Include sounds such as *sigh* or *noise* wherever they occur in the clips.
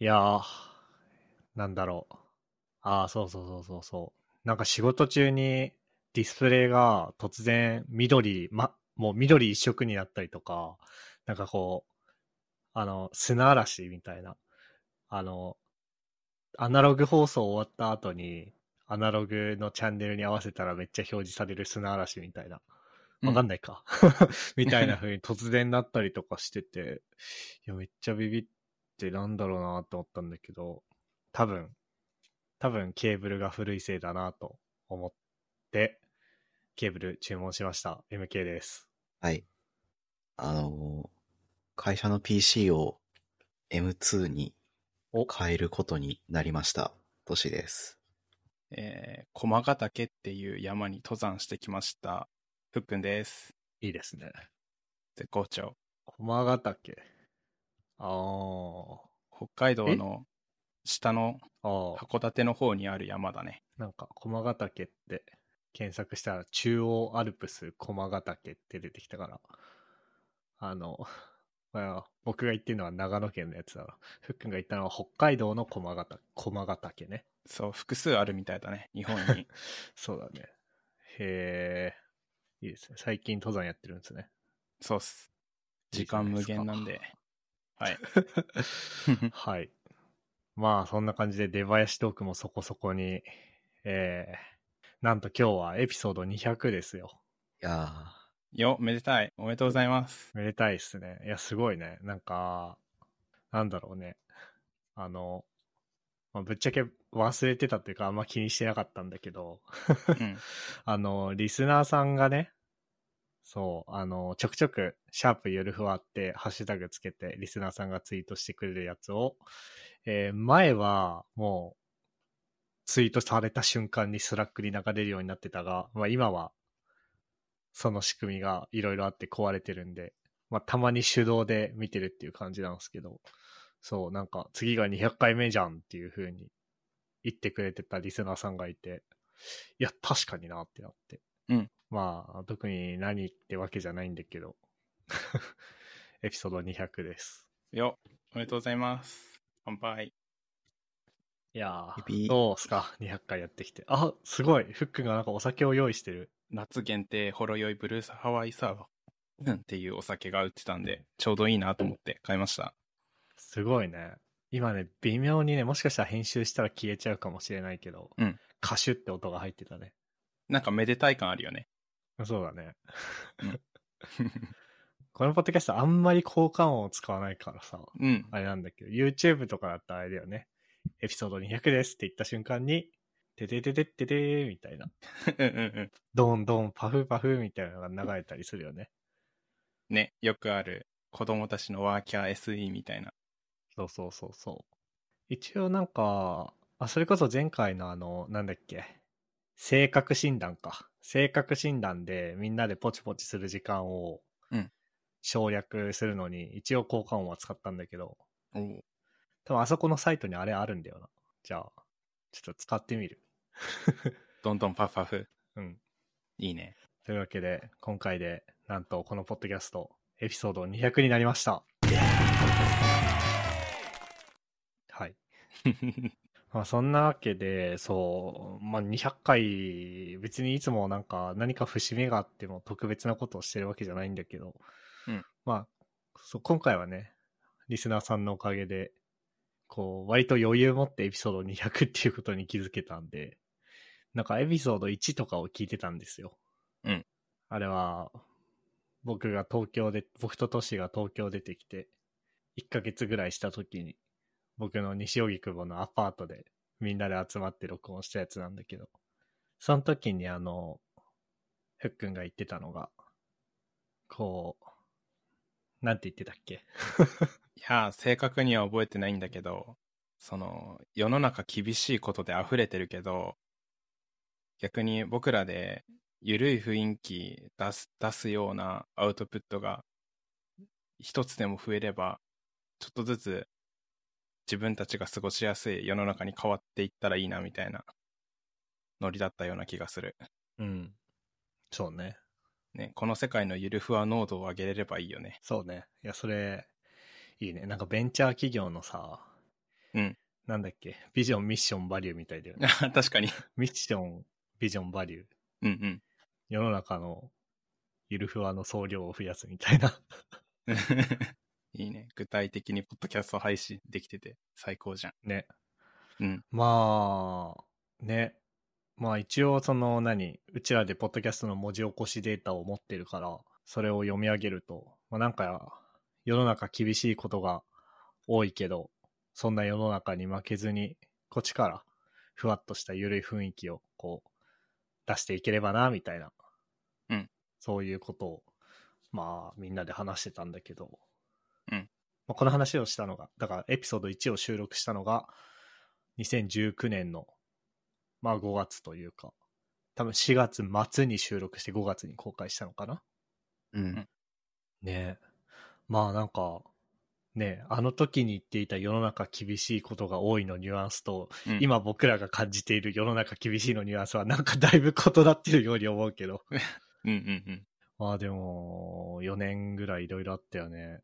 いやー、なんだろう。ああ、そうそうそうそうそう。なんか仕事中にディスプレイが突然緑、ま、もう緑一色になったりとか、なんかこう、あの、砂嵐みたいな、あの、アナログ放送終わった後に、アナログのチャンネルに合わせたらめっちゃ表示される砂嵐みたいな。わかんない *laughs* か。みたいな風に突然なったりとかしてて、いや、めっちゃビビってなんだろうなって思ったんだけど、多分、多分ケーブルが古いせいだなと思って、ケーブル注文しました。MK です。はい。あのー、会社の PC を M2 に変えることになりました。年です。えー、駒ヶ岳っていう山に登山してきました。ふっくんです。いいですね。絶好調。駒ヶ岳。ああ。北海道の下の函館の方にある山だね。なんか、駒ヶ岳って検索したら中央アルプス駒ヶ岳って出てきたから、あの、僕が言ってるのは長野県のやつだな。ふっくんが言ったのは北海道の駒ヶ岳駒ヶ岳ね。そう、複数あるみたいだね、日本 *laughs* に。そうだね。へえ。いいですね。最近登山やってるんですね。そうっす。時間無限なんで。いいで *laughs* はい。はい。まあ、そんな感じで出囃子トークもそこそこに、えー、なんと今日はエピソード200ですよ。いやよ、めでたい。おめでとうございます。めでたいっすね。いや、すごいね。なんか、なんだろうね。あの、まあ、ぶっちゃけ忘れてたというかあんま気にしてなかったんだけどうん、あのリスナーさんがねそうあのちょくちょく「シャープゆるふわ」ってハッシュタグつけてリスナーさんがツイートしてくれるやつを、えー、前はもうツイートされた瞬間にスラックに流れるようになってたが、まあ、今はその仕組みがいろいろあって壊れてるんで、まあ、たまに手動で見てるっていう感じなんですけどそう、なんか次が200回目じゃんっていう風に言ってくれてたリスナーさんがいて、いや、確かになってなって。うん。まあ、特に何ってわけじゃないんだけど、 *laughs* エピソード200です。よ、おめでとうございます。乾杯。いやー、どうすか ?200 回やってきて。あ、すごい。フックがなんかお酒を用意してる。夏限定ほろ酔いブルースハワイサワーっていうお酒が売ってたんで、ちょうどいいなと思って買いました。すごいね。今ね、微妙にね、もしかしたら編集したら消えちゃうかもしれないけど、うん。歌手って音が入ってたね。なんかめでたい感あるよ *laughs* ね。そうだね。このポッドキャストあんまり効果音を使わないからさ、うん、あれなんだけど、YouTube とかだったらあれだよね。エピソード200ですって言った瞬間に、ててててててみたいな。どんどんパフパフみたいなのが流れたりするよね。ね、よくある子供たちのワーキャー SE みたいな。そうそうそうそう。一応なんか、あ、それこそ前回のあの、なんだっけ、性格診断か。性格診断でみんなでポチポチする時間を省略するのに、一応効果音は使ったんだけど、うん、多分あそこのサイトにあれあるんだよな。じゃあ、ちょっと使ってみる。どんどんパフパフ。うん。いい *laughs* ね。というわけで、今回で、なんとこのポッドキャスト、エピソード200になりました。はい。まあそんなわけで、そう、まあ、200回、別にいつもなんか何か節目があっても特別なことをしてるわけじゃないんだけど、うん、まあそう、今回はね、リスナーさんのおかげで、こう、割と余裕を持ってエピソード200っていうことに気づけたんで、なんかエピソード1とかを聞いてたんですよ。うん。あれは、僕が東京で、僕とトシが東京出てきて、1ヶ月ぐらいした時に、僕の西荻窪のアパートでみんなで集まって録音したやつなんだけど、その時にあの、ふっくんが言ってたのが、こう、なんて言ってたっけいや、正確には覚えてないんだけど、その、世の中厳しいことで溢れてるけど、逆に僕らでゆるい雰囲気出す、出すようなアウトプットが一つでも増えれば、ちょっとずつ自分たちが過ごしやすい世の中に変わっていったらいいなみたいなノリだったような気がする。うん。そうね。ね、この世界のゆるふわ濃度を上げれればいいよね。 *laughs* そうね。いや、それ、いいね。なんかベンチャー企業のさ、うんなんだっけ、ビジョン、ミッション、バリューみたいだよね。確かに。ミッション、ビジョン、バリュー。うん世の中のゆるふわの総量を増やすみたいな。うん。 *laughs* いいね。具体的にポッドキャスト配信できてて最高じゃん。ね。うん。まあ、ね。まあ一応その何、うちらでポッドキャストの文字起こしデータを持ってるから、それを読み上げると、まあなんか世の中厳しいことが多いけど、そんな世の中に負けずに、こっちからふわっとしたゆるい雰囲気をこう出していければな、みたいな。うんそういうことを、まあみんなで話してたんだけど、うんまあこの話をしたのが、だからエピソード1を収録したのが、2019年の、まあ5月というか、多分4月末に収録して5月に公開したのかなうん。ねえ。まあなんか、ねえ、あの時に言っていた世の中厳しいことが多いのニュアンスと、うん、今僕らが感じている世の中厳しいのニュアンスはなんかだいぶ異なってるように思うけ *laughs* ど。うんうんうん。まあでも、4年ぐらいいろいろあったよね。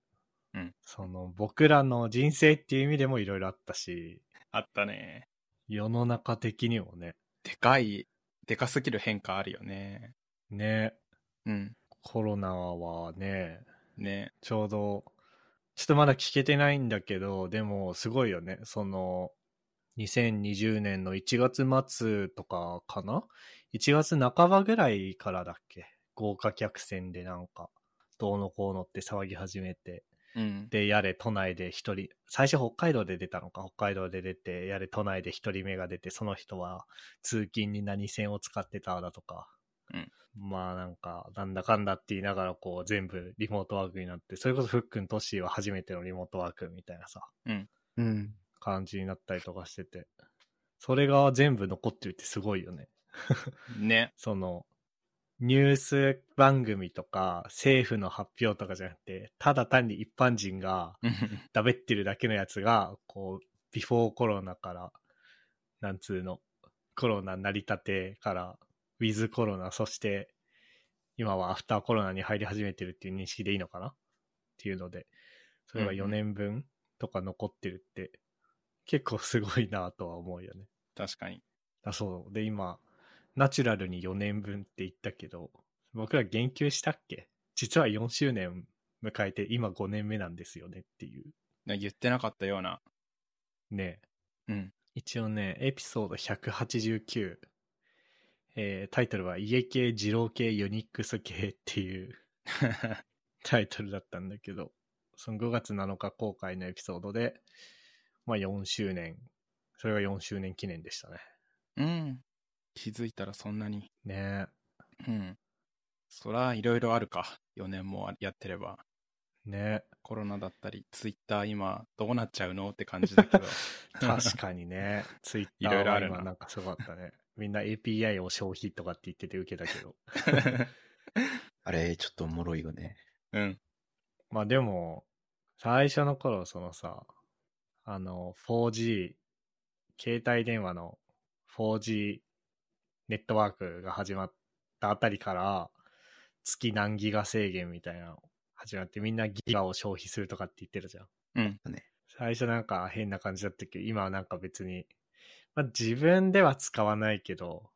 うんその、僕らの人生っていう意味でもいろいろあったし、あったね。世の中的にもね。でかい、でかすぎる変化あるよね。ねえ。うん。コロナはね、ね。ちょうど、ちょっとまだ聞けてないんだけど、でもすごいよね。その、2020年の1月末とかかな ?1 月半ばぐらいからだっけ豪華客船でなんか、どうのこうのって騒ぎ始めて。うん。で、やれ都内で一人、最初北海道で出たのか、北海道で出て、やれ都内で一人目が出て、その人は通勤に何線を使ってただとか、うんまあなんか、なんだかんだって言いながらこう全部リモートワークになって、それこそふっくんとしーは初めてのリモートワークみたいなさ、うん。感じになったりとかしてて、それが全部残ってるってすごいよね。ね。 *laughs* その、ニュース番組とか政府の発表とかじゃなくて、ただ単に一般人がうんだべってるだけのやつが、こう、ビフォーコロナから、なんつうの、コロナ成り立てから、ウィズコロナ、そして、今はアフターコロナに入り始めてるっていう認識でいいのかなっていうので、それがうんうん4年分とか残ってるって、結構すごいなとは思うよね。確かに。あ、そう。で、今、ナチュラルに4年分って言ったけど、僕ら言及したっけ実は4周年迎えて、今5年目なんですよねっていう。ね言ってなかったような。ねうん。一応ね、エピソード189。えータイトルは家系、二郎系、ユニックス系っていうタイトルだったんだけど、その5月7日公開のエピソードで、まあ4周年、それが4周年記念でしたね。 *laughs* うん。気づいたらそんなに。ねうん。そら、いろいろあるか。4年もやってれば。え、ねコロナだったり、ツイッター今、どうなっちゃうのって感じだ *laughs* けど。確かに *laughs* ね、ツイッタいろいーろはあるな今なんかすごかったね。みんな API を消費とかって言ってて受けたけど。あれ、ちょっとおもろいよね。うん。まあでも、最初の頃、そのさ、あの、4G、携帯電話の 4G ネットワークが始まったあたりから、月何ギガ制限みたいなの始まって、みんなギガを消費するとかって言ってるじゃん。うん。最初なんか変な感じだったけど、今はなんか別に、まあ自分では使わないけど、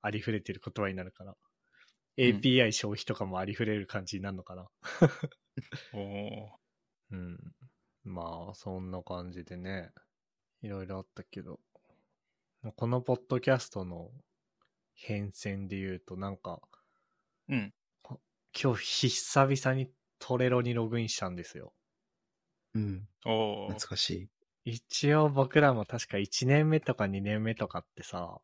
ありふれてる言葉になるから、API 消費とかもありふれる感じになるのかな。おおうん。まあ、そんな感じでね、いろいろあったけど、このポッドキャストの変遷で言うと、なんか、ー。うん。今日久々にトレロにログインしたんですよ。うん。おお。懐かしい。一応僕らも確か1年目とか2年目とかってさ、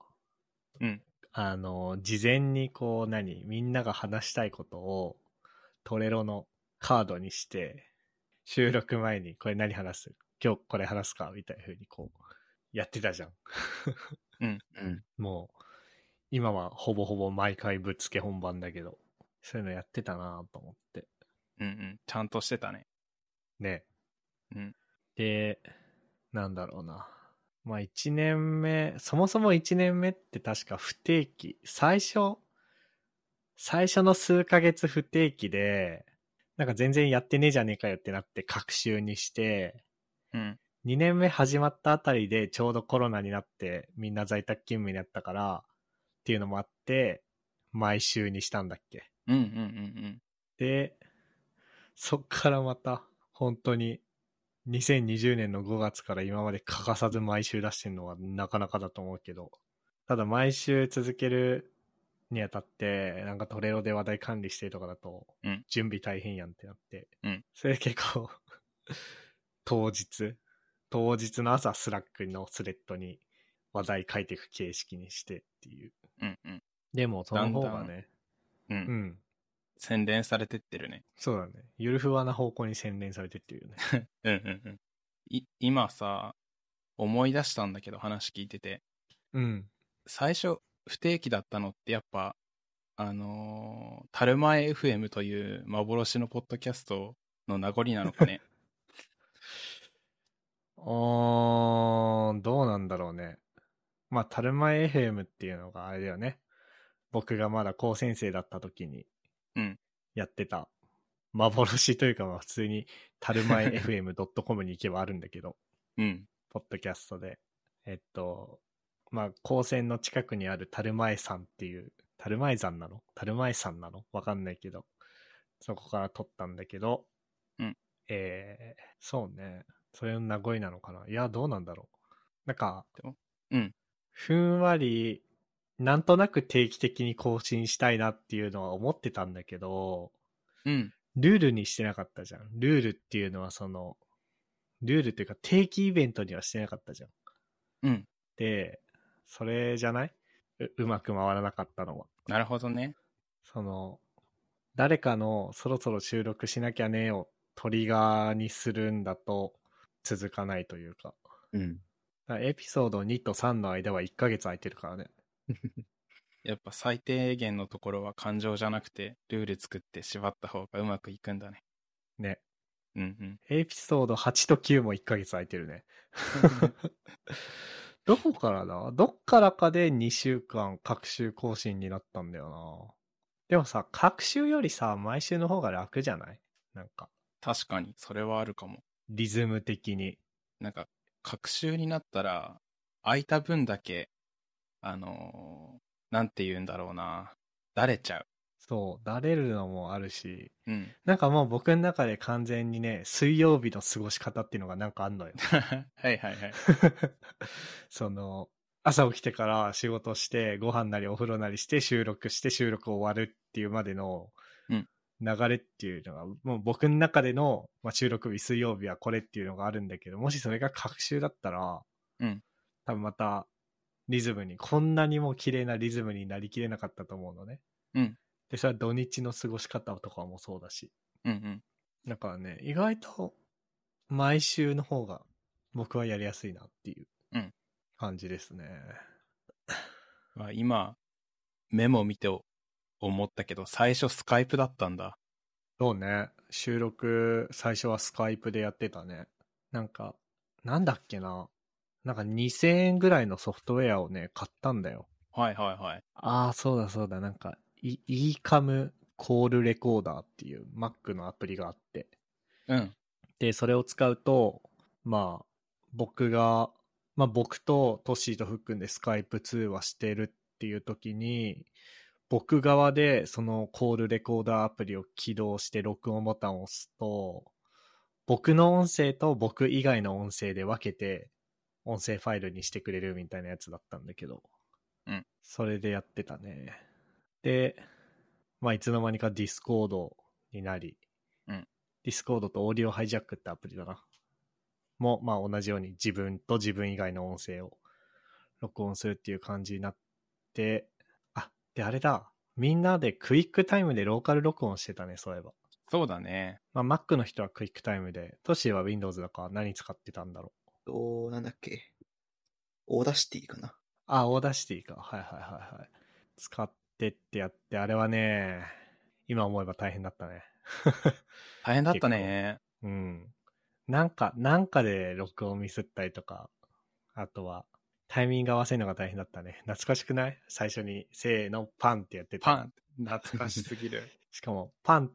うん。あの、事前にこう何、みんなが話したいことをトレロのカードにして、収録前にこれ何話す今日これ話すかみたいな風にこう、やってたじゃん。うん。もう、今はほぼほぼ毎回ぶっつけ本番だけど、そういうのやってたなと思って。うんうん。ちゃんとしてたね。ね。うんで、なんだろうな。まあ一年目、そもそも一年目って確か不定期。最初、最初の数ヶ月不定期で、なんか全然やってねえじゃねえかよってなって、隔週にして、うん。 2年目始まったあたりでちょうどコロナになってみんな在宅勤務になったからっていうのもあって毎週にしたんだっけうんうんうんでそっからまた本当に2020年の5月から今まで欠かさず毎週出してるのはなかなかだと思うけどただ毎週続けるにあたってなんかトレロで話題管理してとかだとうん準備大変やんってなって、うんそれ結構 *laughs* 当日当日の朝スラックのスレッドに話題書いていく形式にしてっていううんうんでもその方がだんだねうんうんうん洗練されてってるねそうだねゆるふわな方向に洗練されてって *laughs* いうねうんうんうんい今さ思い出したんだけど話聞いててうん最初不定期だったのってやっぱあのー、タルマエ FM という幻のポッドキャストの名残なのか *laughs* ねおー、どうなんだろうね。まあ、タルマエ FM っていうのがあれだよね。僕がまだ高専生だった時にうん、やってた、幻というか、まあ、普通にタルマエ FM.com に行けばあるんだけど、うんポッドキャストで。えっと、まあ、高専の近くにあるタルマエ山っていう、タルマエ山なのタルマエ山なのわかんないけど、そこから撮ったんだけど、うんえーそうね。それの名残なのかないや、どうなんだろう。なんかでも、うんふんわり、なんとなく定期的に更新したいなっていうのは思ってたんだけど、うんルールにしてなかったじゃん。ルールっていうのはその、ルールっていうか定期イベントにはしてなかったじゃん。うんで、それじゃないううまく回らなかったのは。なるほどねその、誰かのそろそろ収録しなきゃねをトリガーにするんだと続かないというか。うん。だからエピソード2と3の間は1ヶ月空いてるからね。やっぱ最低限のところは感情じゃなくてルール作って縛った方がうまくいくんだねね。うんうんエピソード8と9も1ヶ月空いてるね。どこからだどっからかで2週間各週更新になったんだよな。でもさ、各週よりさ、毎週の方が楽じゃないなんか、 *laughs* 確かにそれはあるかもリズム的に。なんか、隔週になったら、空いた分だけ、あのーなんて言うんだろうな、だれちゃう。そう、だれるのもあるし、うん。 *laughs* なんかもう僕の中で完全にね、水曜日の過ごし方っていうのがなんかあんのよ。はいはいはい。 *laughs* その、朝起きてから仕事して、ご飯なりお風呂なりして収録して収録終わるっていうまでのうん流れっていうのが、もう僕の中での、まあ、収録日水曜日はこれっていうのがあるんだけど、もしそれが隔週だったら、うん多分またリズムに、こんなにも綺麗なリズムになりきれなかったと思うのね。うんで、それは土日の過ごし方とかもそうだし。うんうん。だからね、意外と毎週の方が僕はやりやすいなっていううん感じですね。まあ、今、メモ見てお思ったけど、最初スカイプだったんだ。そうね、収録最初はスカイプでやってたね。なんか、なんだっけな。なんか2000円ぐらいのソフトウェアをね、買ったんだよ。はいはいはい。ああ、そうだそうだ、なんか、E- eCam コールレコーダーっていう Mac のアプリがあって。うん。で、それを使うと、まあ、僕が、まあ僕とトッシーとフックンでスカイプ通話してるっていう時に、僕側でそのコールレコーダーアプリを起動して録音ボタンを押すと、僕の音声と僕以外の音声で分けて、音声ファイルにしてくれるみたいなやつだったんだけど、うんそれでやってたね。で、まあいつの間にかディスコードになり、ディスコードとオーディオハイジャックってアプリだな。も、まあ同じように自分と自分以外の音声を録音するっていう感じになって、あ、で、あれだ。みんなでクイックタイムでローカル録音してたね、そういえば。そうだね。まあ Mac の人はクイックタイムで、トシは Windows だから何使ってたんだろう。どうなんだっけ。オーダーシティかな。あ、オーダーシティか。はいはいはいはい。使ってってやって、あれはね、今思えば大変だったね。大変だったね。うん。なんか、なんかで録音ミスったりとか、あとは、タイミング合わせるのが大変だったね。懐かしくない最初に、せーの、パンってやってた。パン懐かしすぎる。しかも、パン、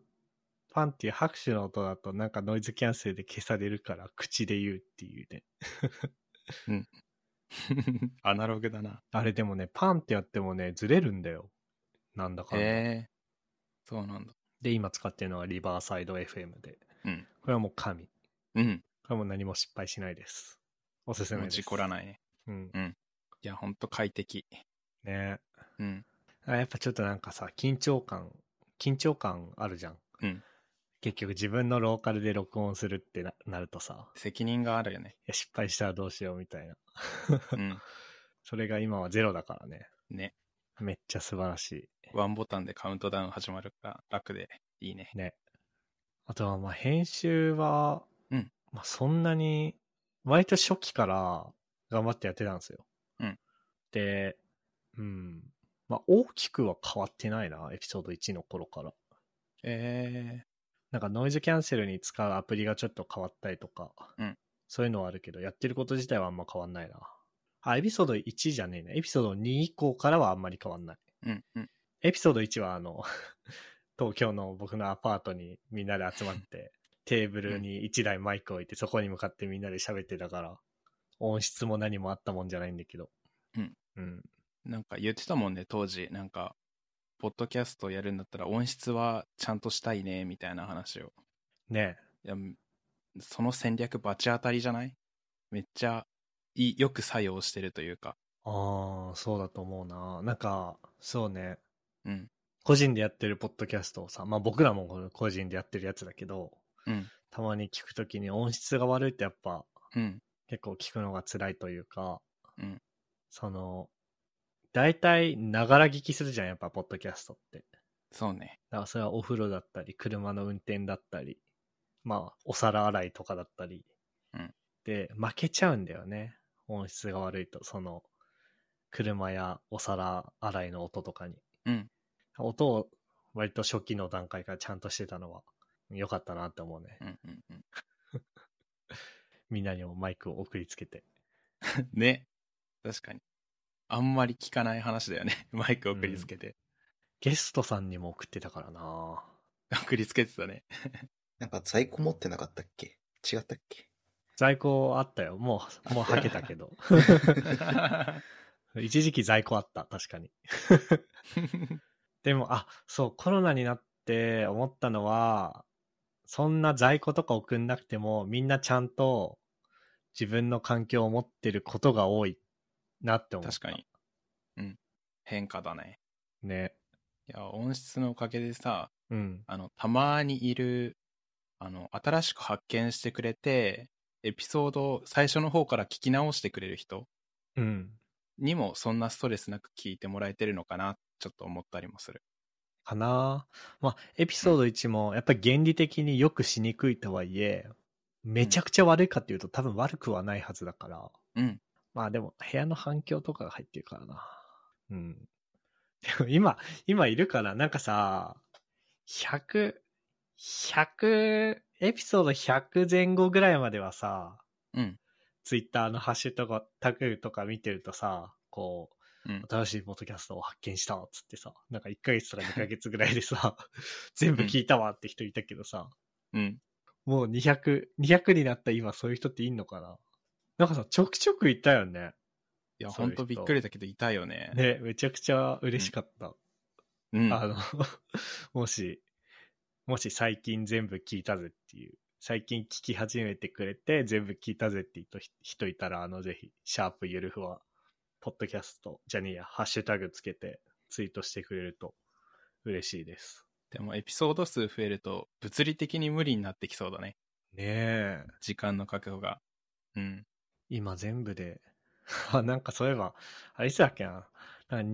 パンっていう拍手の音だとなんかノイズキャンセルで消されるから口で言うっていうね。 *laughs* アナログだな。あれでもね、パンってやってもね、ずれるんだよ。なんだかんだ。へえ。そうなんだ。で、今使ってるのはリバーサイド FM で。うん。これはもう神。こうん。れはもう何も失敗しないです。おすすめもうです。事故らないね。うん。いや、ほんと快適。ねうん。あやっぱちょっとなんかさ、緊張感、緊張感あるじゃん。うん結局自分のローカルで録音するってななるとさ、責任があるよねい。や失敗したらどうしようみたいな。うん。それが今はゼロだからね。ね。めっちゃ素晴らしい。ワンボタンでカウントダウン始まるから楽でいいね。ね。あとは、まあ、編集は、うんまあ、そんなに、割と初期から頑張ってやってたんですよ。うんで、うん。まあ、大きくは変わってないな、エピソード1の頃から。えなんかノイズキャンセルに使うアプリがちょっと変わったりとか、うんそういうのはあるけど、やってること自体はあんま変わんないな。あ、エピソード1じゃねえな。エピソード2以降からはあんまり変わんない。えうんうん。エピソード1はあの、 *laughs* 東京の僕のアパートにみんなで集まって、テーブルに1台マイク置いて、そこに向かってみんなで喋ってたから、音質も何もあったもんじゃないんだけど。うん。うん。なんか言ってたもんね、当時。なんか、ポッドキャストやるんだったら音質はちゃんとしたいね、みたいな話を。ねいやその戦略バチ当たりじゃないめっちゃいいよく作用してるというか。え。ああ、そうだと思うな。なんか、そうね。うん。個人でやってるポッドキャストをさ、まあ僕らもこの個人でやってるやつだけど、うん。たまに聞くときに音質が悪いってやっぱうん。結構聞くのが辛いというか、うんその、大体、ながら聞きするじゃん、やっぱ、ポッドキャストって。そうね。だから、それはお風呂だったり、車の運転だったり、まあ、お皿洗いとかだったり。うんで、負けちゃうんだよね。音質が悪いと、その、車やお皿洗いの音とかに。うん。音を、割と初期の段階からちゃんとしてたのは、良かったなって思うねう。んうんうん。みんなにもマイクを送りつけて。ね。確かに。あんまり聞かない話だよね。 *laughs* マイク送りつけて。ゲストさんにも送ってたからな送りつけてたね。 *laughs* なんか在庫持ってなかったっけ違ったっけ在庫あったよ。もう、もうはけた *laughs* けど。一時期在庫あった、確かに。でも、あ、そう、コロナになって思ったのは、そんな在庫とか送んなくても、みんなちゃんと自分の環境を持ってることが多いなって思った。確かに。うん。変化だね。ね。いや、音質のおかげでさ、うん。あの、たまにいる、あの、新しく発見してくれて、エピソードを最初の方から聞き直してくれる人うん。にもそんなストレスなく聞いてもらえてるのかな、ちょっと思ったりもする。かなまあ、エピソード1も、やっぱり原理的によくしにくいとはいえ、めちゃくちゃ悪いかっていうと多分悪くはないはずだから。うん。まあでも、部屋の反響とかが入ってるからな。うん。でも今、今いるから、なんかさ、100、100、エピソード100前後ぐらいまではさ、うん。ツイッターのハッシュとか、タグとか見てるとさ、こう、うん新しいポッドキャストを発見したっつってさ、なんか1ヶ月とか2ヶ月ぐらいでさ、全部聞いたわって人いたけどさ、うん。もう200、200になった今そういう人っていんのかななんかさ、ちょくちょくいたよね。いや、そういほうん人とびっくりだけど、痛いよね。ね、めちゃくちゃ嬉しかった。うん。あの、 *laughs* もし、もし最近全部聞いたぜっていう、最近聞き始めてくれて全部聞いたぜっていう人いたら、あの、ぜひ、シャープゆるふわ、ポッドキャスト、じゃねえや、ハッシュタグつけてツイートしてくれると嬉しいです。でも、エピソード数増えると、物理的に無理になってきそうだね。ねえ。時間の確保が。うん。今全部で、 *laughs* あなんかそういえば、あれいつだっけな、なんか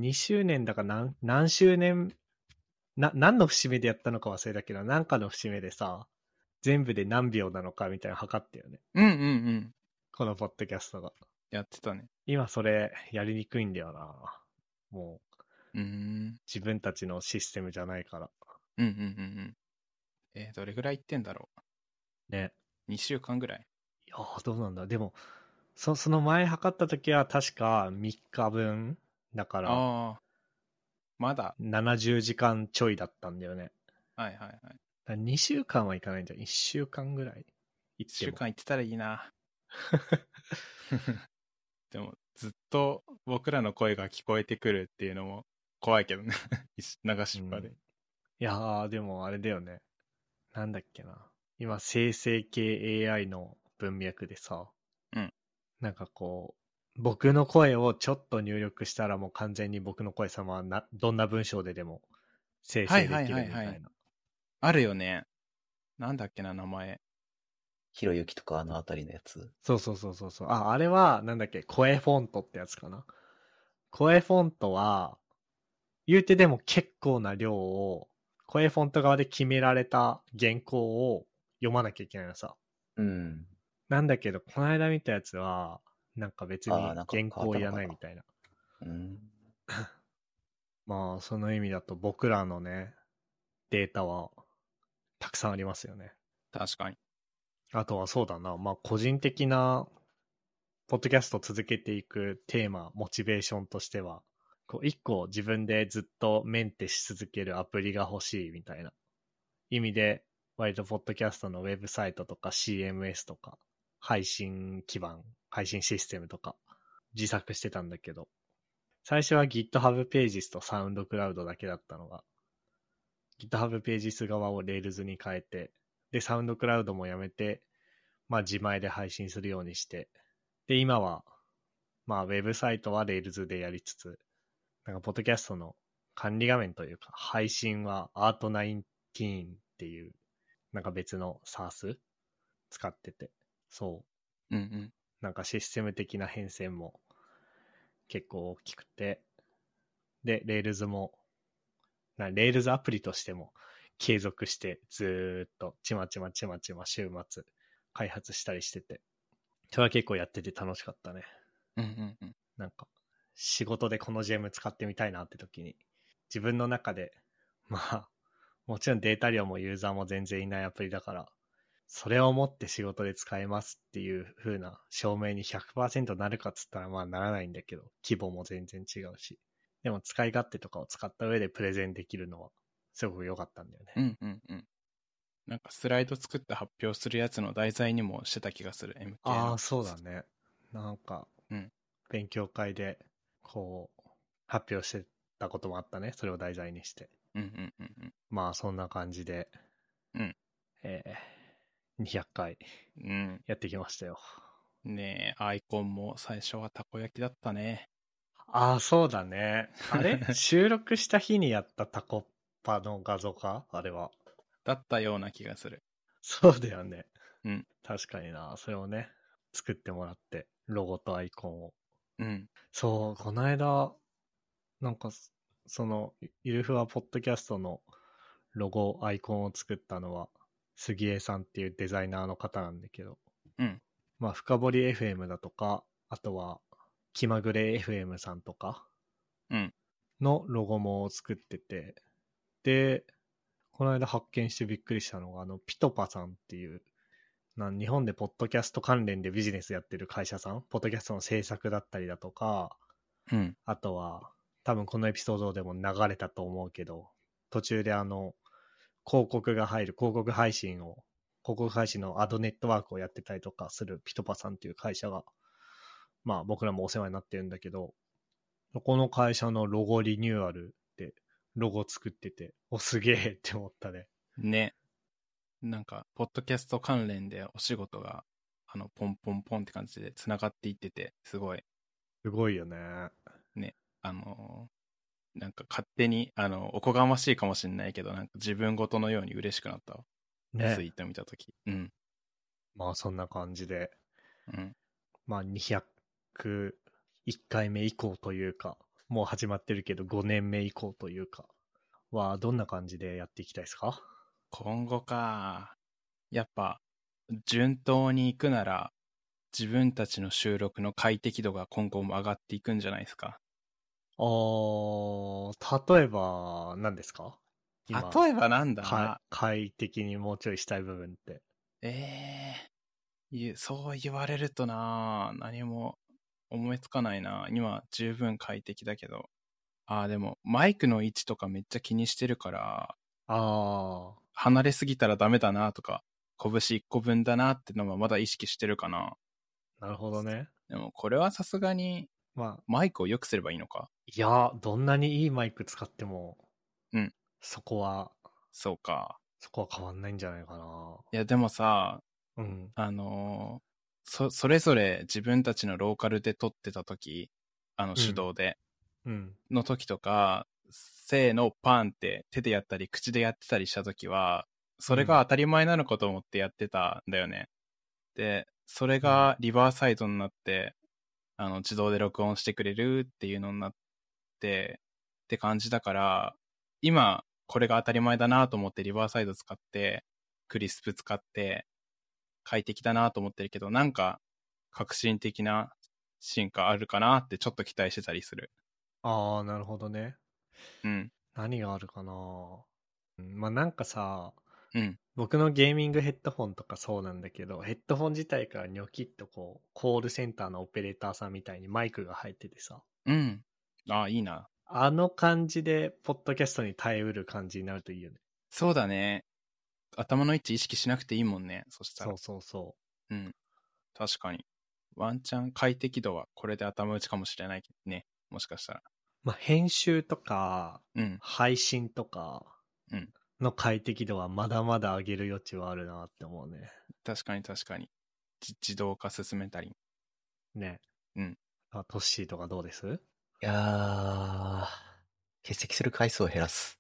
2周年だか何何周年、な、何の節目でやったのか忘れたけど、なんかの節目でさ、全部で何秒なのかみたいなの測ったよね。うんうんうん。このポッドキャストが。やってたね。今それやりにくいんだよな。もううーん。自分たちのシステムじゃないから。うんうんうんうん。えーどれぐらい行ってんだろね。う ?2 週間ぐらい。いやーどうなんだ。でも、そその前測った時は確か3日分だから、ああ。まだ。 70時間ちょいだったんだよね。はいはいはい。だだから2週間はいかないんじゃん。1週間ぐらい行一って週も。間行ってたらいいな。でも、ずっと僕らの声が聞こえてくるっていうのも怖いけどね。 *laughs* 一流しっぱで。うんいやー、でもあれだよね。なんだっけな。今、生成系 AI の文脈でさ、うんなんかこう、僕の声をちょっと入力したらもう完全に僕の声様はな、どんな文章ででも生成できるみたいな。はいはいはいはいあるよね。なんだっけな、名前。ひろゆきとかあのあたりのやつ。そうそうそうそうそう。あ、あれは、なんだっけ、声フォントってやつかな。声フォントは、言うてでも結構な量を、声フォント側で決められた原稿を読まなきゃいけないのさ。うん。なんだけど、この間見たやつは、なんか別にあーな原んか変わったの稿かないらないみたいな。うん。まあ、その意味だと僕らのね、データは、たくさんありますよね。確かに。あとはそうだな、まあ個人的な、ポッドキャストを続けていくテーマ、モチベーションとしては、こう一個自分でずっとメンテし続けるアプリが欲しいみたいな意味で、割とポッドキャストのウェブサイトとか CMS とか、配信基盤、配信システムとか、自作してたんだけど、最初は GitHub ページスと SoundCloud だけだったのが、GitHub ページス側を Rails に変えて、で、サウンドクラウドもやめて、まあ自前で配信するようにして、で、今は、まあウェブサイトは Rails でやりつつ、なんかポッドキャストの管理画面というか、配信は Art19 っていう、なんか別の SARS 使ってて、そう、うんうん。なんかシステム的な変遷も結構大きくて、で、Rails も、な Rails アプリとしても継続してずーっとちまちまちまちま週末開発したりしてて、それは結構やってて楽しかったね。うんうんうん。なんか、仕事でこの GM 使ってみたいなって時に、自分の中で、まあ、もちろんデータ量もユーザーも全然いないアプリだから、それを持って仕事で使えますっていう風な証明に100%なるかっつったらまあならないんだけど、規模も全然違うし。でも使い勝手とかを使った上でプレゼンできるのは、すごく良かったんだよね。うんうんうん。なんかスライド作って発表するやつの題材にもしてた気がする、MK の。ああ、そうだね。なんか、うん勉強会で、こう、発表してたこともあったね。それを題材にして。うんうんうんうん。まあそんな感じで、うんえー、200回うん。やってきましたよ。ねえ、アイコンも最初はたこ焼きだったね。ああ、そうだね。あ *laughs* れ収録した日にやったタコッパの画像かあれは。だったような気がする。そうだよね。うん。確かにな。それをね、作ってもらって、ロゴとアイコンを。うん。そう、この間、なんかそ、その、ゆるふわポッドキャストのロゴ、アイコンを作ったのは、杉江さんっていうデザイナーの方なんだけど、うん。まあ、深掘り FM だとか、あとは、気まぐれ FM さんとかうん。のロゴも作ってて、で、この間発見してびっくりしたのが、あの、ピトパさんっていう、なん日本でポッドキャスト関連でビジネスやってる会社さん、ポッドキャストの制作だったりだとか、うん。あとは、多分このエピソードでも流れたと思うけど、途中であの、広告が入る、広告配信を、広告配信のアドネットワークをやってたりとかするピトパさんという会社が、まあ僕らもお世話になってるんだけど、そこの会社のロゴリニューアルでロゴ作ってて、お、すげえって思ったね。ね。なんか、ポッドキャスト関連でお仕事が、あの、ポンポンポンって感じで繋がっていってて、すごい、すごいよね。あのーなんか勝手に、あの、おこがましいかもしんないけど、なんか自分ごとのように嬉しくなったわ。ツイね。ート見たとき。うん。まあそんな感じで、うん。まあ、201回目以降というか、もう始まってるけど、5年目以降というか、は、どんな感じでやっていきたいですか今後か。やっぱ、順当に行くなら、自分たちの収録の快適度が今後も上がっていくんじゃないですか。あー、例えば、何ですか例えばなんだか快適にもうちょいしたい部分って。ええいえそう言われるとな、何も思いつかないな。今、十分快適だけど。ああ、でも、マイクの位置とかめっちゃ気にしてるから、あー、離れすぎたらダメだなとか、拳1個分だなってのはまだ意識してるかな。なるほどね。でもこれはさすがにまあ、マイクを良くすればいいのか。いや、どんなにいいマイク使っても、うん。そこは、そうか。そこは変わんないんじゃないかないやでもさ、。うん。あのーそ、それぞれ自分たちのローカルで撮ってた時、あのん手動で、うん。の時とか、せーのパンって手でやったり口でやってたりした時は、それが当たり前なのかと思ってやってたんだよね。で、それがリバーサイドになって、あの、自動で録音してくれるっていうのになって、って感じだから、今、これが当たり前だなと思ってリバーサイド使って、クリスプ使って、快適だなと思ってるけど、なんか、革新的な進化あるかなってちょっと期待してたりする。ああ、なるほどね。うん。何があるかなうんまあなんかさ、うん僕のゲーミングヘッドホンとかそうなんだけど、ヘッドホン自体からニョキッとこう、コールセンターのオペレーターさんみたいにマイクが入っててさ、うん。ああ、いいな。あの感じで、ポッドキャストに耐えうる感じになるといいよね。そうだね。頭の位置意識しなくていいもんね。そしたそらう。そうそ確かに。ワンチャン快適度はこれで頭打ちかもしれないね。もしかしたら。う。まあ編集とか、うん。配信とかうんの快適度はまだまだ上げる余地はあるなって思うね。確かに確かに。じ自動化進めたり。ね。うん。あ、トッシーとかどうです *laughs* いやー、欠席する回数を減らす。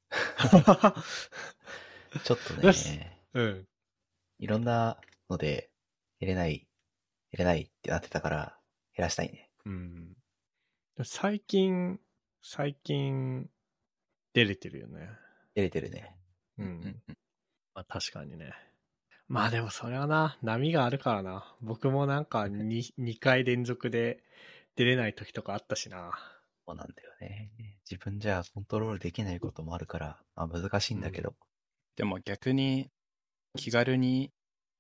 ちょっとよし *laughs* ね、うん。いろんなので、入れない、入れないってなってたから、減らしたいね。うん。最近、最近、出れてるよね。入れてるね。ううんん。うんまあ確かにね。まあでもそれはな、波があるからな。僕もなんか 2, 2回連続で出れない時とかあったし *laughs* な。そうなんだよね。自分じゃコントロールできないこともあるから、まあ難しいんだけど。でも逆に、気軽に、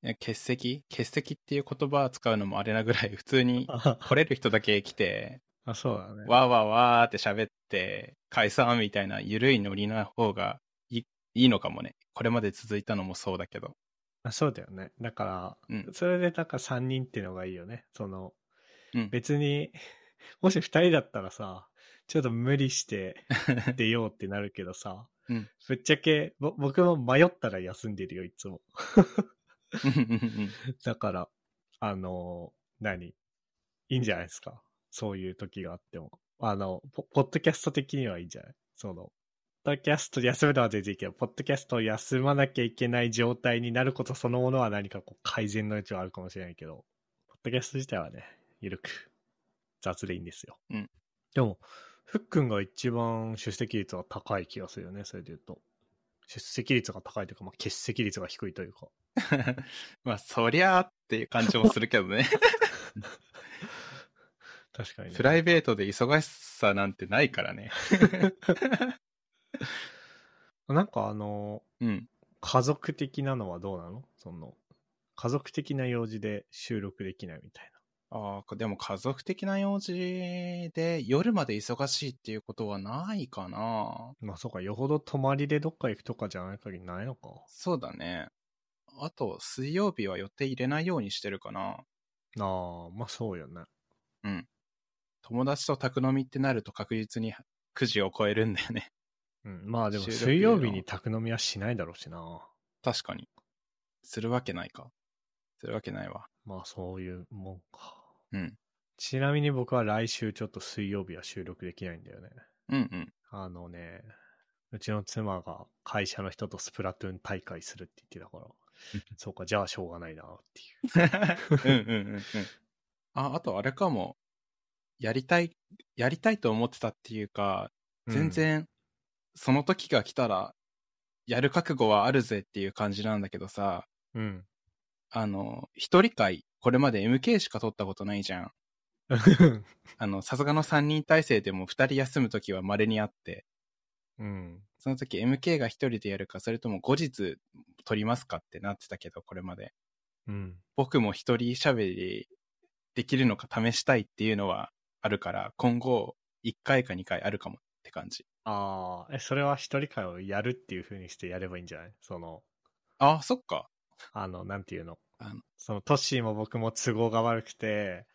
いや欠席欠席っていう言葉使うのもあれなぐらい、普通に来れる人だけ来て、あ、そうだね。わーわーわーって喋って、解散みたいな緩いノリな方がいいいいのかもね。これまで続いたのもそうだけど。あそうだよね。だから、うん。 *laughs* それでなんか3人っていうのがいいよね。その、うん別に、 *laughs* もし2人だったらさ、ちょっと無理 *laughs* して出ようってなるけどさ、うんぶっちゃけぼ僕も迷ったら休んでるよ、いつも。だから、あの何いいんじゃないですか。そういう時があっても。あの、ポポッドキャスト的にはいいんじゃないその、ポッドキャスト休むのは全然いいけど、ポッドキャストを休まなきゃいけない状態になることそのものは何かこう改善の余地はあるかもしれないけど、ポッドキャスト自体はね、ゆるく、雑でいいんですよ。うん。でも、ふっくんが一番出席率が高い気がするよね、それで言うと。出席率が高いというか、まあ、欠席率が低いというか。まあ、そりゃーっていう感じもするけどね。確かに、ね。 *laughs* プライベートで忙しさなんてないからね。なんかあの、うん。家族的なのはどうなのその、家族的な用事で収録できないみたいああ、でも家族的な用事で夜まで忙しいっていうことはないかな。な。まあそうか、よほど泊まりでどっか行くとかじゃない限りないのか。そうだね。あと、水曜日は予定入れないようにしてるかな。ああ、まあそうよね。友達と宅飲みってなると確実に9時を超えるんだよね。うん、まあでも収録水曜日に宅飲みはしないだろうしな。確かに。するわけないか。するわけないわ。まあそういうもんか。うん。ちなみに僕は来週ちょっと水曜日は収録できないんだよね。うんうん。あのね、うちの妻が会社の人とスプラトゥーン大会するって言ってた *laughs* から、そうか、じゃあしょうがないなっていう。 *laughs* うんうんうんうん。あ、あとあれかも。やりたい、やりたいと思ってたっていうか、全然、その時が来たら、やる覚悟はあるぜっていう感じなんだけどさ、うん。うんあの、一人会、これまで MK しか取ったことないじゃん。あの、さすがの3人体制でも2人休む時は稀にあって、うん。その時 MK が一人でやるか、それとも後日撮りますかってなってたけど、これまで。うん。僕も一人喋りできるのか試したいっていうのはあるから、今後1回か2回あるかもって感じ。ああ、え、それは一人会をやるっていう風にしてやればいいんじゃないその、あ、そっか。あの、なんていうのあのその、トッシーも僕も都合が悪くて、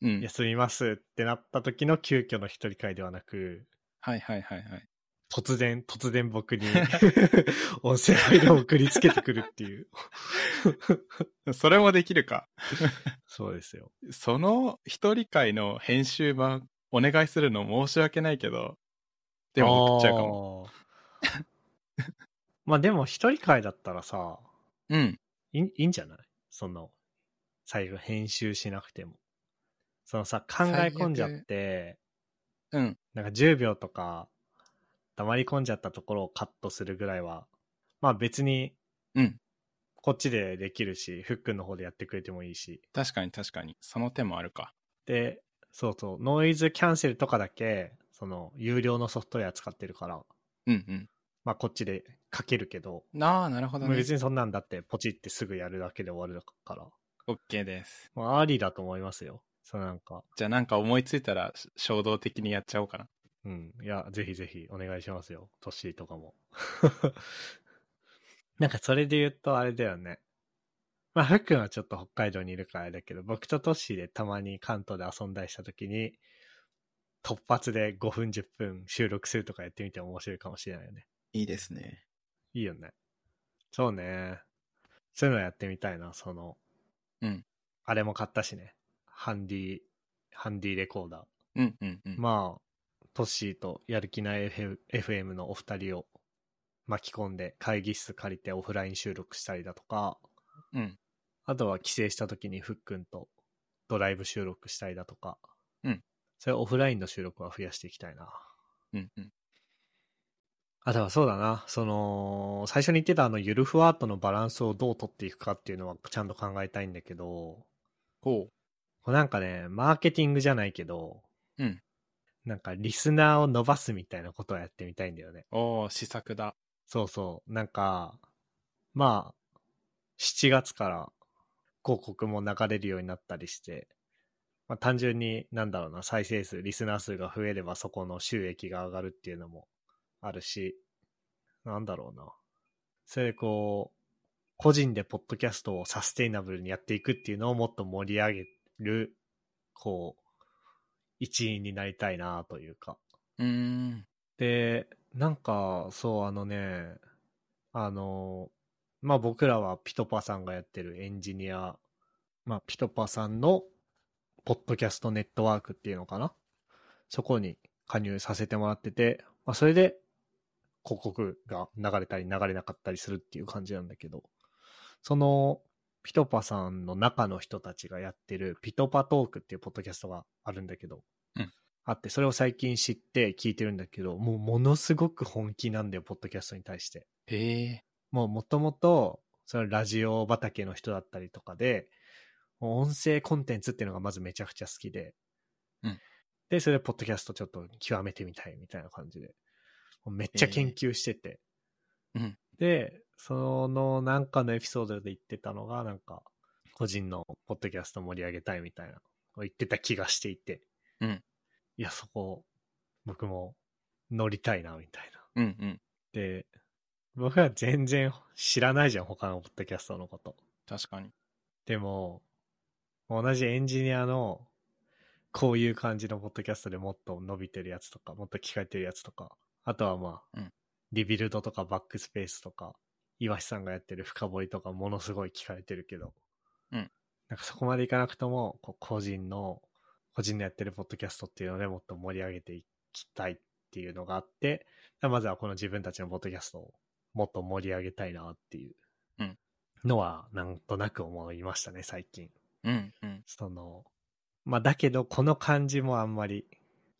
うん。休みますってなった時の急遽の一人会ではなく、はいはいはいはい。突然、突然僕 *laughs* に音声ファイルを送りつけてくるっていう。それもできるか。そうですよ。その一人会の編集版お願いするの申し訳ないけど、でも送っちゃうかも。も。まあでも一人会だったらさ、うん。いいいいんじゃないその、最後編集しなくても。そのさ、考え込んじゃって、うん。なんか10秒とか黙り込んじゃったところをカットするぐらいは、まあ別にうん。こっちでできるし、フックンの方でやってくれてもいいし。確かに確かに。その手もあるか。で、そうそう、ノイズキャンセルとかだけ、その、有料のソフトウェア使ってるから、うんまあこっちで書けるけど、うん。ああ、なるほまどあね。別にそんなんだってポチってすぐやるだけで終わるから、 OK です。まあありだと思いますよ。そのなんか、じゃあなんか思いついたらし衝動的にやっちゃおうかな。うん。いや、ぜひぜひお願いしますよ。トッシーとか *laughs* も。なんかそれで言うとあれだよね。まあ、ふっくんはちょっと北海道にいるからあれだけど、僕とトッシーでたまに関東で遊んだりした時に、突発で5分10分収録するとかやってみても面白いかもしれないよね。いいですね。いいよね。そうね。そういうのやってみたいな、その。うん。あれも買ったしね。ハンディ、ハンディレコーダー。うんうんうん。まあ、トッシーとやる気ない FF FM のお二人を巻き込んで会議室借りてオフライン収録したりだとか、うん。あとは帰省した時にふっくんとドライブ収録したりだとか、うん。それオフラインの収録は増やしていきたいな。うんうん。あとはそうだな、その、最初に言ってたあのゆるふわとのバランスをどう取っていくかっていうのはちゃんと考えたいんだけど、ほこうなんかね、マーケティングじゃないけど、うん。なんかリスナーを伸ばすみたいなことをやってみたいんだよね。う。おお試作だ。そうそう。なんか、まあ、7月から広告も流れるようになったりして、まあ単純に、なんだろうな、再生数、リスナー数が増えればそこの収益が上がるっていうのもあるし、なんだろうな。それでこう、個人でポッドキャストをサステイナブルにやっていくっていうのをもっと盛り上げる、こう、一員になりたいなというか。うーん。で、なんか、そう、あのね、あの、まあ僕らはピトパさんがやってるエンジニア、まあピトパさんの、ポッドキャストネットワークっていうのかなそこに加入させてもらってて、まあそれで、広告が流れたり流れなかったりするっていう感じなんだけど、その、ピトパさんの中の人たちがやってるピトパトークっていうポッドキャストがあるんだけど、あって、それを最近知って聞いてるんだけど、もうものすごく本気なんだよ、ポッドキャストに対して。へえ。もうもともと、そのラジオ畑の人だったりとかで、もう音声コンテンツっていうのがまずめちゃくちゃ好きで、うんで、それでポッドキャストちょっと極めてみたいみたいな感じで、もうめっちゃ研究してて、えーうんで、そのなんかのエピソードで言ってたのが、なんか、個人のポッドキャスト盛り上げたいみたいな、言ってた気がしていて、うんいや、そこ、僕も乗りたいな、みたいな。うんうん。で、僕は全然知らないじゃん、他のポッドキャストのこと。確かに。でも、同じエンジニアの、こういう感じのポッドキャストでもっと伸びてるやつとか、もっと聞かれてるやつとか、あとはまあ、うんリビルドとかバックスペースとか、岩橋さんがやってる深掘りとかものすごい聞かれてるけど、うんなんかそこまでいかなくとも、こう個人の、個人のやってるポッドキャストっていうのでもっと盛り上げていきたいっていうのがあって、まずはこの自分たちのポッドキャストをもっと盛り上げたいなっていううんのはなんとなく思いましたね、最近。うんうん。その、まあだけどこの感じもあんまり、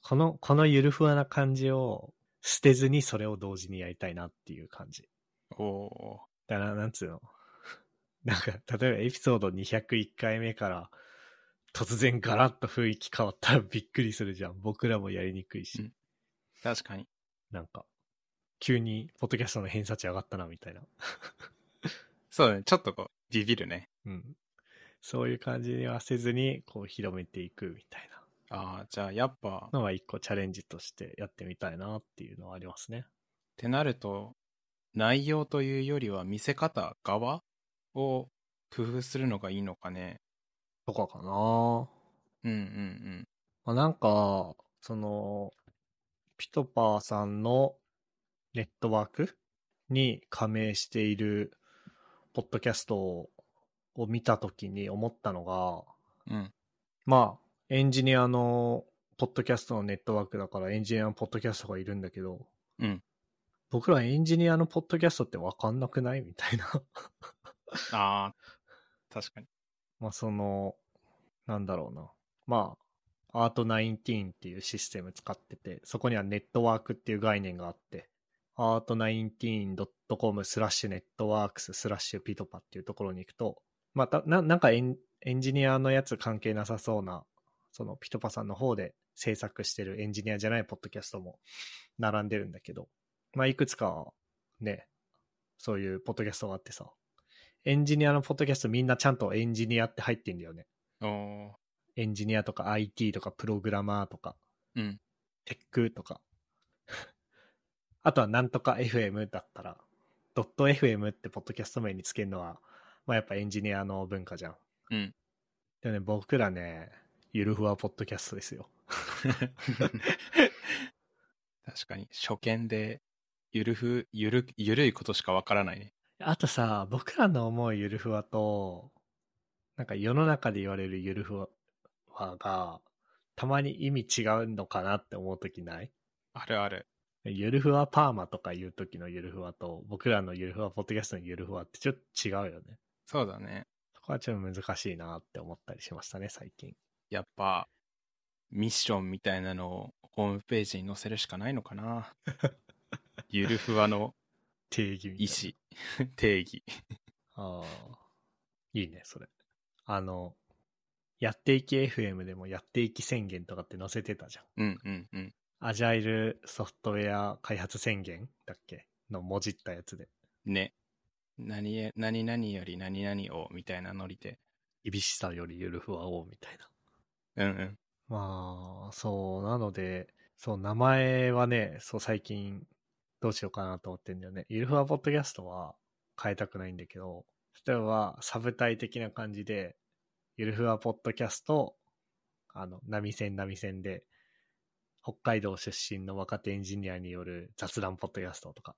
この、このゆるふわな感じを捨てずにそれを同時にやりたいなっていう感じ。おおだな、なんつうの。 *laughs* なんか、例えばエピソード201回目から突然ガラッと雰囲気変わったらびっくりするじゃん。僕らもやりにくいし。うんー確かに。なんか、急にポッドキャストの偏差値上がったなみたいな。そうだね。ちょっとこう、ビビるね。うん。そういう感じにはせずに、こう広めていくみたいああ、じゃあやっぱ、っなのは一個チャレンジとしてやってみたいなっていうのはありますね。てなると、内容というよりは見せ方側を工夫するのがいいのかね。とかかな。うんうんうん。まあ、なんか、その、ピトパーさんのネットワークに加盟しているポッドキャストを見たときに思ったのが、うん。まあ、エンジニアのポッドキャストのネットワークだからエンジニアのポッドキャストがいるんだけど、うん僕らエンジニアのポッドキャストってわかんなくないみたいな。ああ、確かに。まあ、その、なんだろうな。まあ、アート19っていうシステム使ってて、そこにはネットワークっていう概念があって、アート 19.com スラッシュネットワークススラッシュピトパっていうところに行くと、また、ななんかエンエンジニアのやつ関係なさそうな、そのピトパさんの方で制作してるエンジニアじゃないポッドキャストも並んでるんだけど、まあ、いくつかはね、そういうポッドキャストがあってさ、エンジニアのポッドキャストみんなちゃんとエンジニアって入ってんだよね。お *laughs* ーエンジニアとか IT とかプログラマーとか、うん。テックとか。 *laughs* あとはなんとか FM だったら、ドット FM ってポッドキャスト名につけるのは、まあやっぱエンジニアの文化じゃん。うん。でもね、僕らね、ゆるふわポッドキャストですよ。確かに、初見で、ゆるふ、ゆる、ゆるいことしかわからないね。あとさ、僕らの思うゆるふわと、なんか世の中で言われるゆるふわが、たまに意味違うのかなって思うときないあるある。ゆるふわパーマとかいう時のゆるふわと、僕らのゆるふわ、ポッドキャストのゆるふわってちょっと違うよね。そうだね。そこはちょっと難しいなって思ったりしましたね、最近。やっぱ、ミッションみたいなのをホームページに載せるしかないのかな。ゆるふわの定義みたいな意思、定義。ああ。いいね、それ。あの、やっていき FM でもやっていき宣言とかって載せてたじゃん。うんうんうん。アジャイルソフトウェア開発宣言だっけの文字ったやつで。ね。何へ、何々より何々を、みたいなノリで。厳しさよりゆるふわを、みたいな。うんうん。まあ、そう、なので、そう、名前はね、そう、最近、どうしようかなと思ってんだよね。ゆるふわポッドキャストは変えたくないんだけど、例えば、サブタイ的な感じで、ゆるふわポッドキャスト、あの、波線波線で、北海道出身の若手エンジニアによる雑談ポッドキャストとか、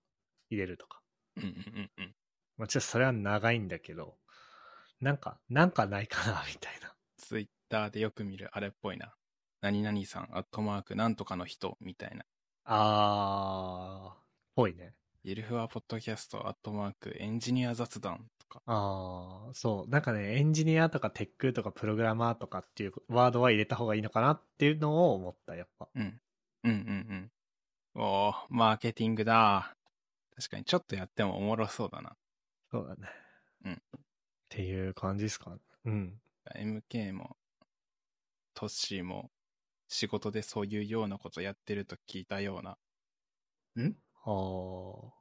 入れるとか。うんうんうんうん。まあ、ちょっとそれは長いんだけど、なんか、なんかないかな、みたいな。ツイッターでよく見るあれっぽいな。何々さん、アットマーク、なんとかの人、みたいな。あー、ぽいね。ゆるふわポッドキャスト、アットマーク、エンジニア雑談とか。ああ、そう。なんかね、エンジニアとかテックとかプログラマーとかっていうワードは入れた方がいいのかなっていうのを思った、やっぱ。うん。うんうんうん。おー、マーケティングだ。確かに、ちょっとやってもおもろそうだな。そうだね。うんっていう感じですかうん。 MK も、トッシーも、仕事でそういうようなことやってると聞いたような、ああ、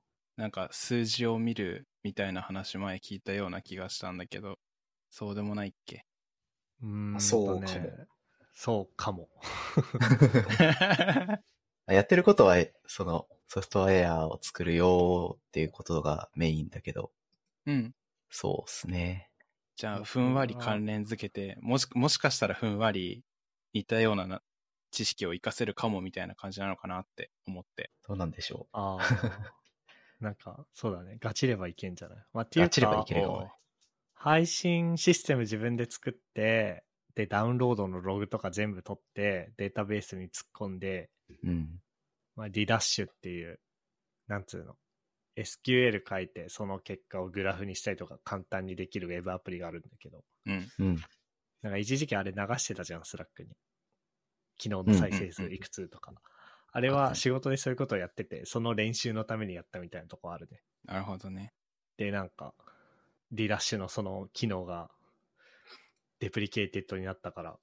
なんか数字を見るみたいな話前聞いたような気がしたんだけど、そうでもないっけ *laughs* うーんとそうかもね。そうかも。やってることは、その、ソフトウェアを作るよーっていうことがメインだけど、うん。そうっすね。じゃあ、ふんわり関連づけて、もし、もしかしたらふんわり似たようなな知識を活かせるかもみたいな感じなのかなって思って。どうなんでしょあ *laughs* あ。なんか、そうだね。ガチればいけんじゃないまあ、ってう。いあうちればかいけ、るかおもうね。配信システム自分で作って、で、ダウンロードのログとか全部取って、データベースに突っ込んで、うん。まあ、リダッシュっていう、なんつうの、SQL 書いて、その結果をグラフにしたりとか簡単にできるウェブアプリがあるんだけど、うん。うん。なんか一時期あれ流してたじゃん、スラックに。昨日の再生数いくつとか。あれは仕事でそういうことをやってて、その練習のためにやったみたいなとこあるね。なるほどね。で、なんか、リダッシュのその機能が、デプリケイテッドになったから、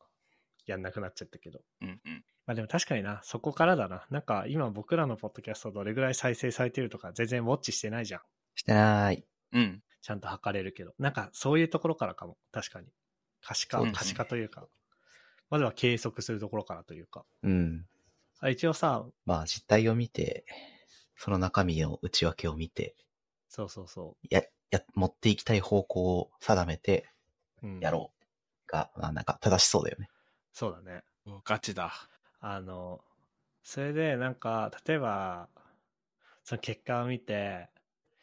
やんなくなっちゃったけど。うんうん。まあでも確かにな、そこからだな。なんか今僕らのポッドキャストどれぐらい再生されてるとか全然ウォッチしてないじゃん。してなーい。うん。ちゃんと測れるけど。なんかそういうところからかも。確かに。可視化そう、ですね可視化というか。まずは計測するところからというか。うん。あ一応さ、まあ、実態を見て、その中身の内訳を見て、そうそうそや、や、持っていきたい方向を定めてう。うんやろうが、まあなんか正しそうだよね。そうだね。おガチだ。あの、それでなんか、例えば、その結果を見て、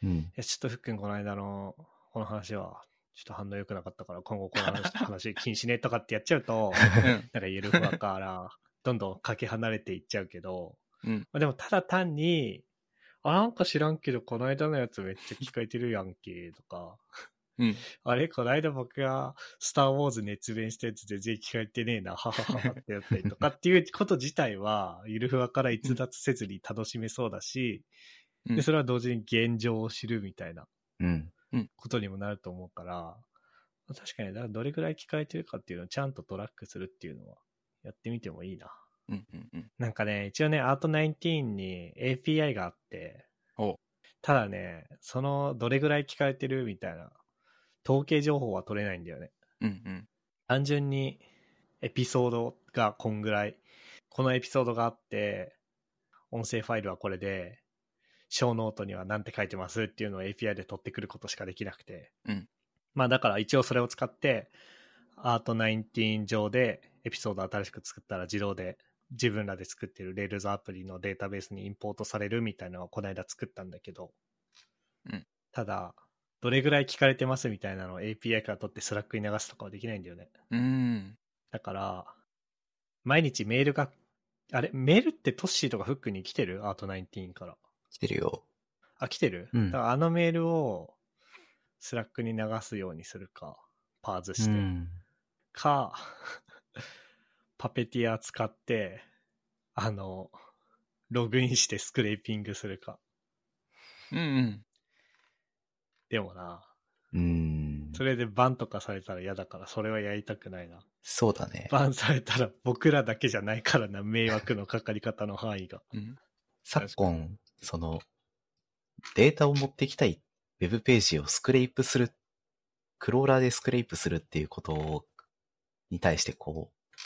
うん。え、ちょっとふっくんこの間の、この話は、ちょっと反応良くなかったから、今後この話話禁止ねとかってやっちゃう *laughs* と、うん。なんかゆるふわから、どんどんかけ離れていっちゃうけど、うん。まあでもただ単に、あ、なんか知らんけど、この間のやつめっちゃ聞かれてるやんけ、とか、うん。あれ、この間僕がスターウォーズ熱弁したやつ全然聞かれてねえな、ははははってやったり *laughs* とかっていうこと自体は、ゆるふわから逸脱せずに楽しめそうだし、うで、 *laughs* んそれは同時に現状を知るみたいなうん。ことにもなると思うから、確かに、だからどれくらい聞かれてるかっていうのをちゃんとトラックするっていうのは、やってみてもいいな。うん。うんうん。なんかね、一応ね、アート19に API があっておう、ただね、そのどれぐらい聞かれてるみたいな、統計情報は取れないんだよね。うん。うん。単純にエピソードがこんぐらい、このエピソードがあって、音声ファイルはこれで、小ノートには何て書いてますっていうのを API で取ってくることしかできなくて。うんまあだから一応それを使って、アート19上でエピソード新しく作ったら自動で自分らで作ってる Rails アプリのデータベースにインポートされるみたいなのをこの間作ったんだけど、うんただ、どれぐらい聞かれてますみたいなのを API から取ってスラックに流すとかはできないんだよね。うん。だから、毎日メールが、あれ、メールってトッシーとかフックに来てるアート19から。来てるよ。あ、来てる、うんだからあのメールをスラックに流すようにするか、パーズして。うん。か、 *laughs* パペティア使って、あの、ログインしてスクレーピングするか。うん。うん。でもな、うん。それでバンとかされたら嫌だから、それはやりたくないな。そうだね。バンされたら僕らだけじゃないからな、迷惑のかかり方の範囲が。うん。昨今、その、データを持ってきたいウェブページをスクレープする、クローラーでスクレープするっていうことを、に対してこう、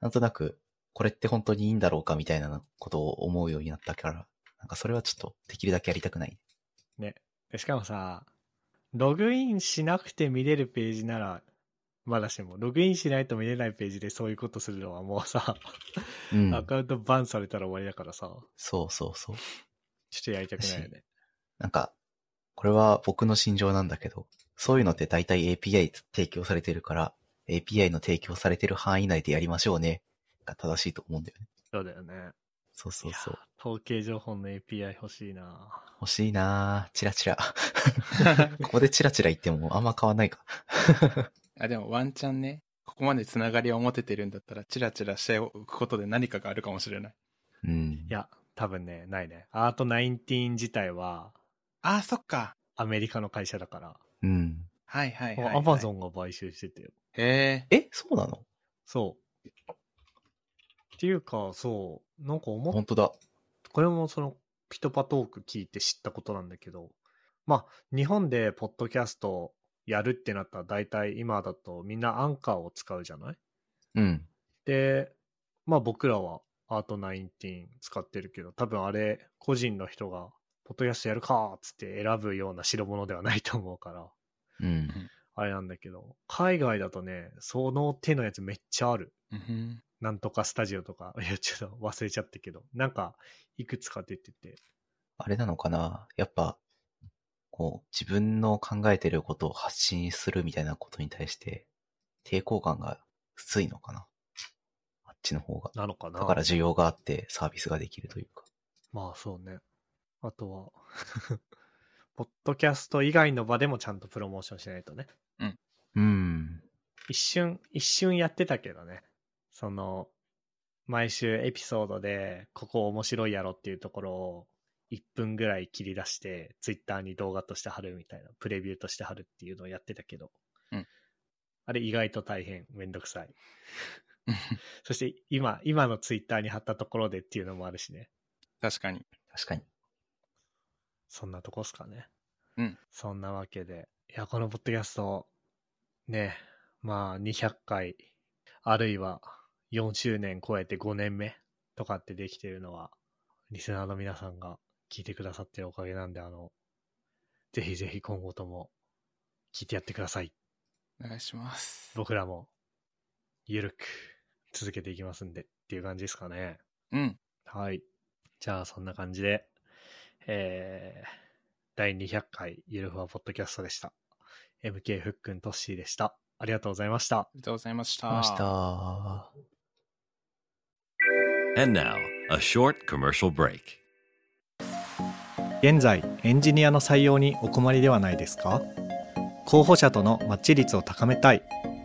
なんとなく、これって本当にいいんだろうかみたいなことを思うようになったから、なんかそれはちょっとできるだけやりたくない。でしかもさ、ログインしなくて見れるページなら、まだしも、ログインしないと見れないページでそういうことするのはもうさ、うん。アカウントバンされたら終わりだからさ、そうそうそう。ちょっとやりたくないよね。なんか、これは僕の心情なんだけど、そういうのって大体 API 提供されてるから、API の提供されてる範囲内でやりましょうね。が正しいと思うんだよね。そうだよね。そうそうそいうや。ー。統計情報の API 欲しいな欲しいなぁ。チラチ *laughs* ラ。 *laughs* ここでチラチラ言ってもあんま変わんないか。あ、でもワンチャンね、ここまでつながりを持ててるんだったら、チラチラしておくことで何かがあるかもしれない。ういん。や、多分ね、ないね。アート19自体は、あー、そっか。アメリカの会社だから、うん。はいはいはい、はい。アマゾンが買収しててよ。へえ。え、そうなのそう。っていうか、そう、なんか思っ本当だ。これもそのピトパトーク聞いて知ったことなんだけど、まあ、日本でポッドキャストやるってなったら大体今だとみんなアンカーを使うじゃないうん。で、まあ僕らはアート19使ってるけど、多分あれ個人の人がポッドキャストやるかーっつって選ぶような代物ではないと思うから、うん。あれなんだけど、海外だとね、その手のやつめっちゃある。うんなんとかスタジオとか、いや、ちょっと忘れちゃったけど、なんか、いくつか出てて、あれなのかなやっぱ、こう、自分の考えてることを発信するみたいなことに対して、抵抗感が薄いのかなあっちの方が。なのかなだから需要があってサービスができるというか。まあそうね。あとは、 *laughs* ポッドキャスト以外の場でもちゃんとプロモーションしないとね。うん。一瞬、一瞬やってたけどね。その、毎週エピソードで、ここ面白いやろっていうところを、1分ぐらい切り出して、ツイッターに動画として貼るみたいな、プレビューとして貼るっていうのをやってたけど。うんあれ意外と大変、めんどくさい。うんそして今、今のツイッターに貼ったところでっていうのもあるしね。確かに。確かに。そんなとこっすかね。うん。そんなわけで。いや、このポッドキャスト、ね、まあ、200回、あるいは4周年超えて5年目とかってできてるのは、リスナーの皆さんが聞いてくださってるおかげなんで、あの、ぜひぜひ今後とも聞いてやってください。お願いします。僕らも、ゆるく続けていきますんでっていう感じですかね。うん。はい。じゃあ、そんな感じで、えー、第200回ゆるふわポッドキャストでした。MK ふっくんとっしーでした。ありがとうございました。ありがとうございました。ました。 And now, a short commercial break. 現在エンジニアの採用にお困りではないですか候補者とのマッチ率を高めたい